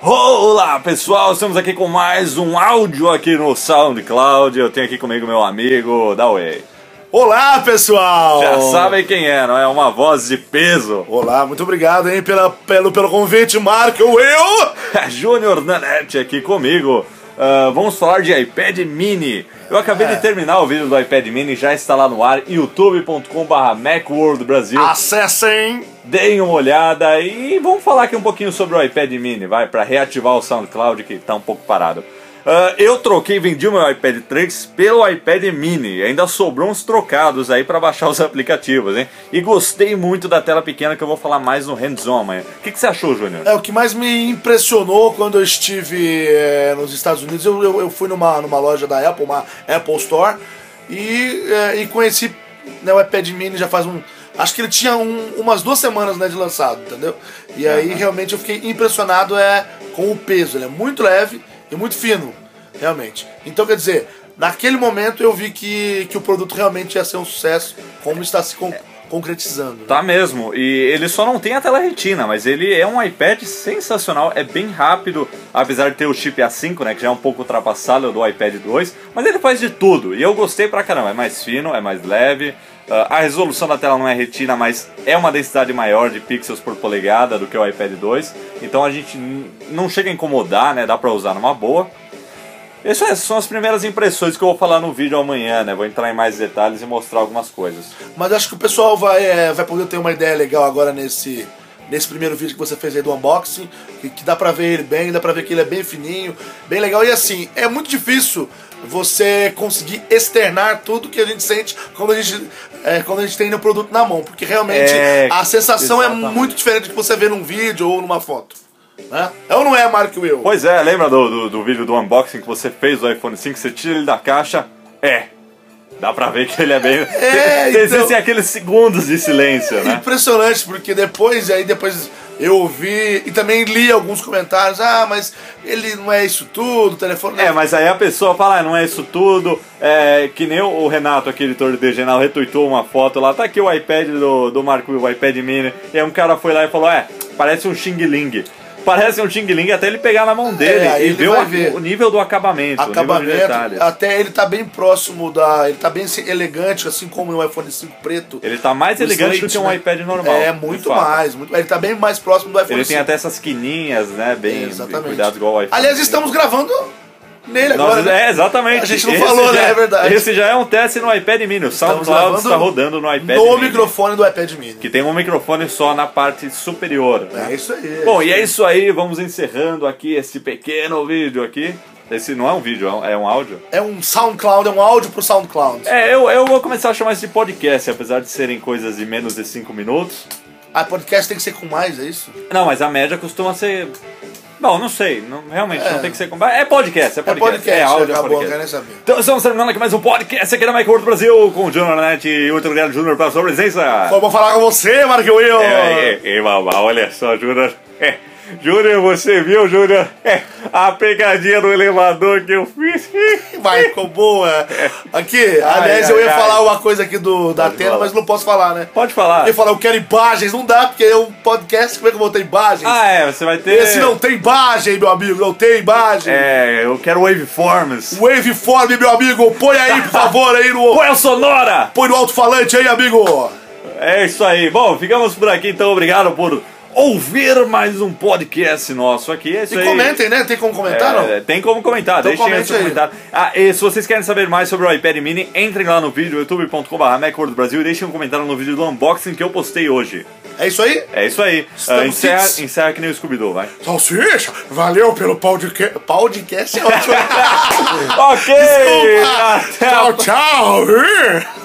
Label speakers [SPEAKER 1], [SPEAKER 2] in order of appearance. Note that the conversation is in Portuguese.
[SPEAKER 1] Olá pessoal, estamos aqui com mais um áudio aqui no SoundCloud. Eu tenho aqui comigo meu amigo Dawei.
[SPEAKER 2] Olá, pessoal!
[SPEAKER 1] Já sabem quem é, não é? Uma voz de peso.
[SPEAKER 2] Olá, muito obrigado, hein, pela, pelo, pelo convite, Marco. Eu!
[SPEAKER 1] Júnior Nanete É aqui comigo. Ah, vamos falar de iPad Mini. Eu acabei de terminar o vídeo do iPad Mini, já está lá no ar, youtube.com/barra Macworld Brasil.
[SPEAKER 2] Acessem!
[SPEAKER 1] Deem uma olhada e vamos falar aqui um pouquinho sobre o iPad Mini, vai, para reativar o SoundCloud que tá um pouco parado. Ah, eu troquei, vendi o meu iPad 3 pelo iPad Mini. Ainda sobrou uns trocados aí para baixar os aplicativos, hein? E gostei muito da tela pequena que eu vou falar mais no hands-on amanhã. O que, que você achou, Júnior?
[SPEAKER 2] É, o que mais me impressionou quando eu estive é, nos Estados Unidos, eu, eu, eu fui numa, numa loja da Apple, uma Apple Store, e, é, e conheci né, o iPad Mini já faz um. Acho que ele tinha um- umas duas semanas né, de lançado, entendeu? E aí realmente eu fiquei impressionado é, com o peso. Ele é muito leve e muito fino, realmente. Então quer dizer, naquele momento eu vi que, que o produto realmente ia ser um sucesso, como está se con- concretizando. né?
[SPEAKER 1] Tá mesmo, e ele só não tem a tela retina, mas ele é um iPad sensacional, é bem rápido, apesar de ter o chip A5, né, que já é um pouco ultrapassado do iPad 2, mas ele faz de tudo, e eu gostei pra caramba, é mais fino, é mais leve, ah, a resolução da tela não é retina, mas é uma densidade maior de pixels por polegada do que o iPad 2, então a gente n- não chega a incomodar, né, dá pra usar numa boa. Essas são as primeiras impressões que eu vou falar no vídeo amanhã, né, vou entrar em mais detalhes e mostrar algumas coisas.
[SPEAKER 2] Mas acho que o pessoal vai, é, vai poder ter uma ideia legal agora nesse, nesse primeiro vídeo que você fez aí do unboxing, que, que dá pra ver ele bem, dá pra ver que ele é bem fininho, bem legal. E assim, é muito difícil você conseguir externar tudo que a gente sente quando a gente, é, quando a gente tem o produto na mão, porque realmente
[SPEAKER 1] É,
[SPEAKER 2] a sensação é
[SPEAKER 1] exatamente.
[SPEAKER 2] muito diferente do que você vê num vídeo ou numa foto. Né? É ou não é, Mark Will?
[SPEAKER 1] Pois é, lembra do, do, do vídeo do unboxing que você fez do iPhone 5, você tira ele da caixa? É. Dá pra ver que ele é bem.
[SPEAKER 2] É, então-
[SPEAKER 1] Existem aqueles segundos de silêncio, né?
[SPEAKER 2] É Impressionante, porque depois, aí depois eu ouvi e também li alguns comentários. Ah, mas ele não é isso tudo, o telefone.
[SPEAKER 1] É, mas aí a pessoa fala, ah, não é isso tudo. É, que nem o- o Renato, aquele editor de Degenal, retuitou uma foto lá. Tá aqui o iPad do, do Marco, o iPad mini. E aí um cara foi lá e falou: é, parece um Xing Ling. Parece um Xing Ling até ele pegar na mão dele
[SPEAKER 2] É, aí
[SPEAKER 1] e
[SPEAKER 2] ele
[SPEAKER 1] ver o,
[SPEAKER 2] vai
[SPEAKER 1] ac-
[SPEAKER 2] ver.
[SPEAKER 1] o nível do acabamento, o nível de
[SPEAKER 2] acabamento.
[SPEAKER 1] detalhes.
[SPEAKER 2] Até ele tá bem próximo da. Ele tá bem assim, elegante, assim como no iPhone 5 preto.
[SPEAKER 1] Ele tá mais
[SPEAKER 2] O
[SPEAKER 1] elegante do
[SPEAKER 2] Slate,
[SPEAKER 1] que um
[SPEAKER 2] né?
[SPEAKER 1] iPad normal.
[SPEAKER 2] É,
[SPEAKER 1] de
[SPEAKER 2] muito
[SPEAKER 1] fato.
[SPEAKER 2] mais. Muito, ele tá bem mais próximo do iPhone
[SPEAKER 1] Ele
[SPEAKER 2] 5.
[SPEAKER 1] tem até essas quininhas, né? Bem,
[SPEAKER 2] É, Exatamente.
[SPEAKER 1] cuidados igual o iPhone.
[SPEAKER 2] Aliás,
[SPEAKER 1] Sim.
[SPEAKER 2] estamos gravando nele
[SPEAKER 1] Nós-
[SPEAKER 2] agora. né?
[SPEAKER 1] É, exatamente.
[SPEAKER 2] A gente não
[SPEAKER 1] Esse
[SPEAKER 2] falou,
[SPEAKER 1] já-
[SPEAKER 2] né? É verdade.
[SPEAKER 1] Esse já é um teste no iPad mini. O
[SPEAKER 2] Estamos
[SPEAKER 1] SoundCloud
[SPEAKER 2] gravando
[SPEAKER 1] está tá rodando no iPad
[SPEAKER 2] No
[SPEAKER 1] mini.
[SPEAKER 2] microfone do iPad mini.
[SPEAKER 1] Que tem um microfone só na parte superior. né?
[SPEAKER 2] É isso aí.
[SPEAKER 1] Bom, e é isso aí. Vamos encerrando aqui esse pequeno vídeo aqui. Esse não é um vídeo, é um- é um áudio.
[SPEAKER 2] É um SoundCloud, é um áudio pro SoundCloud.
[SPEAKER 1] É, eu, eu vou começar a chamar isso de podcast, apesar de serem coisas de menos de 5 minutos.
[SPEAKER 2] A Ah, podcast tem que ser com mais, é isso?
[SPEAKER 1] Não, mas a média costuma ser. Bom, não sei, não- realmente não tem que ser. com- É podcast, é
[SPEAKER 2] É
[SPEAKER 1] podcast.
[SPEAKER 2] podcast,
[SPEAKER 1] É, áudio, é
[SPEAKER 2] acabou, né?
[SPEAKER 1] podcast.
[SPEAKER 2] quero nem saber.
[SPEAKER 1] Então estamos terminando aqui mais um podcast aqui na Mike World Brasil com o Junior Net e muito obrigado, Junior, pela sua presença.
[SPEAKER 2] Foi bom falar com você, Mark Will!
[SPEAKER 1] É, é, é, babá, olha só, Junior. É, Junior, você viu, Junior? É, a pegadinha do elevador que eu fiz.
[SPEAKER 2] Vai, ficou boa. Aqui, aliás,
[SPEAKER 1] ai,
[SPEAKER 2] eu ia
[SPEAKER 1] ai.
[SPEAKER 2] falar uma coisa aqui do, da
[SPEAKER 1] Pode
[SPEAKER 2] tela,
[SPEAKER 1] falar. Ah.
[SPEAKER 2] mas não posso falar, né?
[SPEAKER 1] Pode falar.
[SPEAKER 2] Eu ia falar, eu quero imagens, não dá, porque é um podcast, como é que eu vou ter imagens?
[SPEAKER 1] Ah, é, você vai ter.
[SPEAKER 2] Esse não tem imagem, meu amigo, não tem imagem.
[SPEAKER 1] É, eu quero waveforms.
[SPEAKER 2] Waveform, meu amigo, põe aí, por favor, aí no.
[SPEAKER 1] Põe a sonora!
[SPEAKER 2] Põe no alto-falante aí, amigo!
[SPEAKER 1] É isso aí. Bom, ficamos por aqui, então obrigado por ouvir mais um podcast nosso aqui. É isso
[SPEAKER 2] E
[SPEAKER 1] aí.
[SPEAKER 2] comentem, né? Tem como comentar, não?
[SPEAKER 1] É, tem como comentar,
[SPEAKER 2] Então
[SPEAKER 1] deixem
[SPEAKER 2] comente
[SPEAKER 1] esse
[SPEAKER 2] aí.
[SPEAKER 1] comentário. Ah, e se vocês querem saber mais sobre o iPad Mini, entrem lá no vídeo youtube.com.br Macworld Brasil e deixem um comentário no vídeo do unboxing que eu postei hoje.
[SPEAKER 2] É isso aí?
[SPEAKER 1] É isso aí.
[SPEAKER 2] Estamos
[SPEAKER 1] Ah, encerra,
[SPEAKER 2] fixos.
[SPEAKER 1] encerra que nem o Scooby-Doo, vai.
[SPEAKER 2] Salsicha, valeu pelo podcast. Podcast é ótimo.
[SPEAKER 1] ok!
[SPEAKER 2] Desculpa.
[SPEAKER 1] Até a
[SPEAKER 2] tchau, tchau!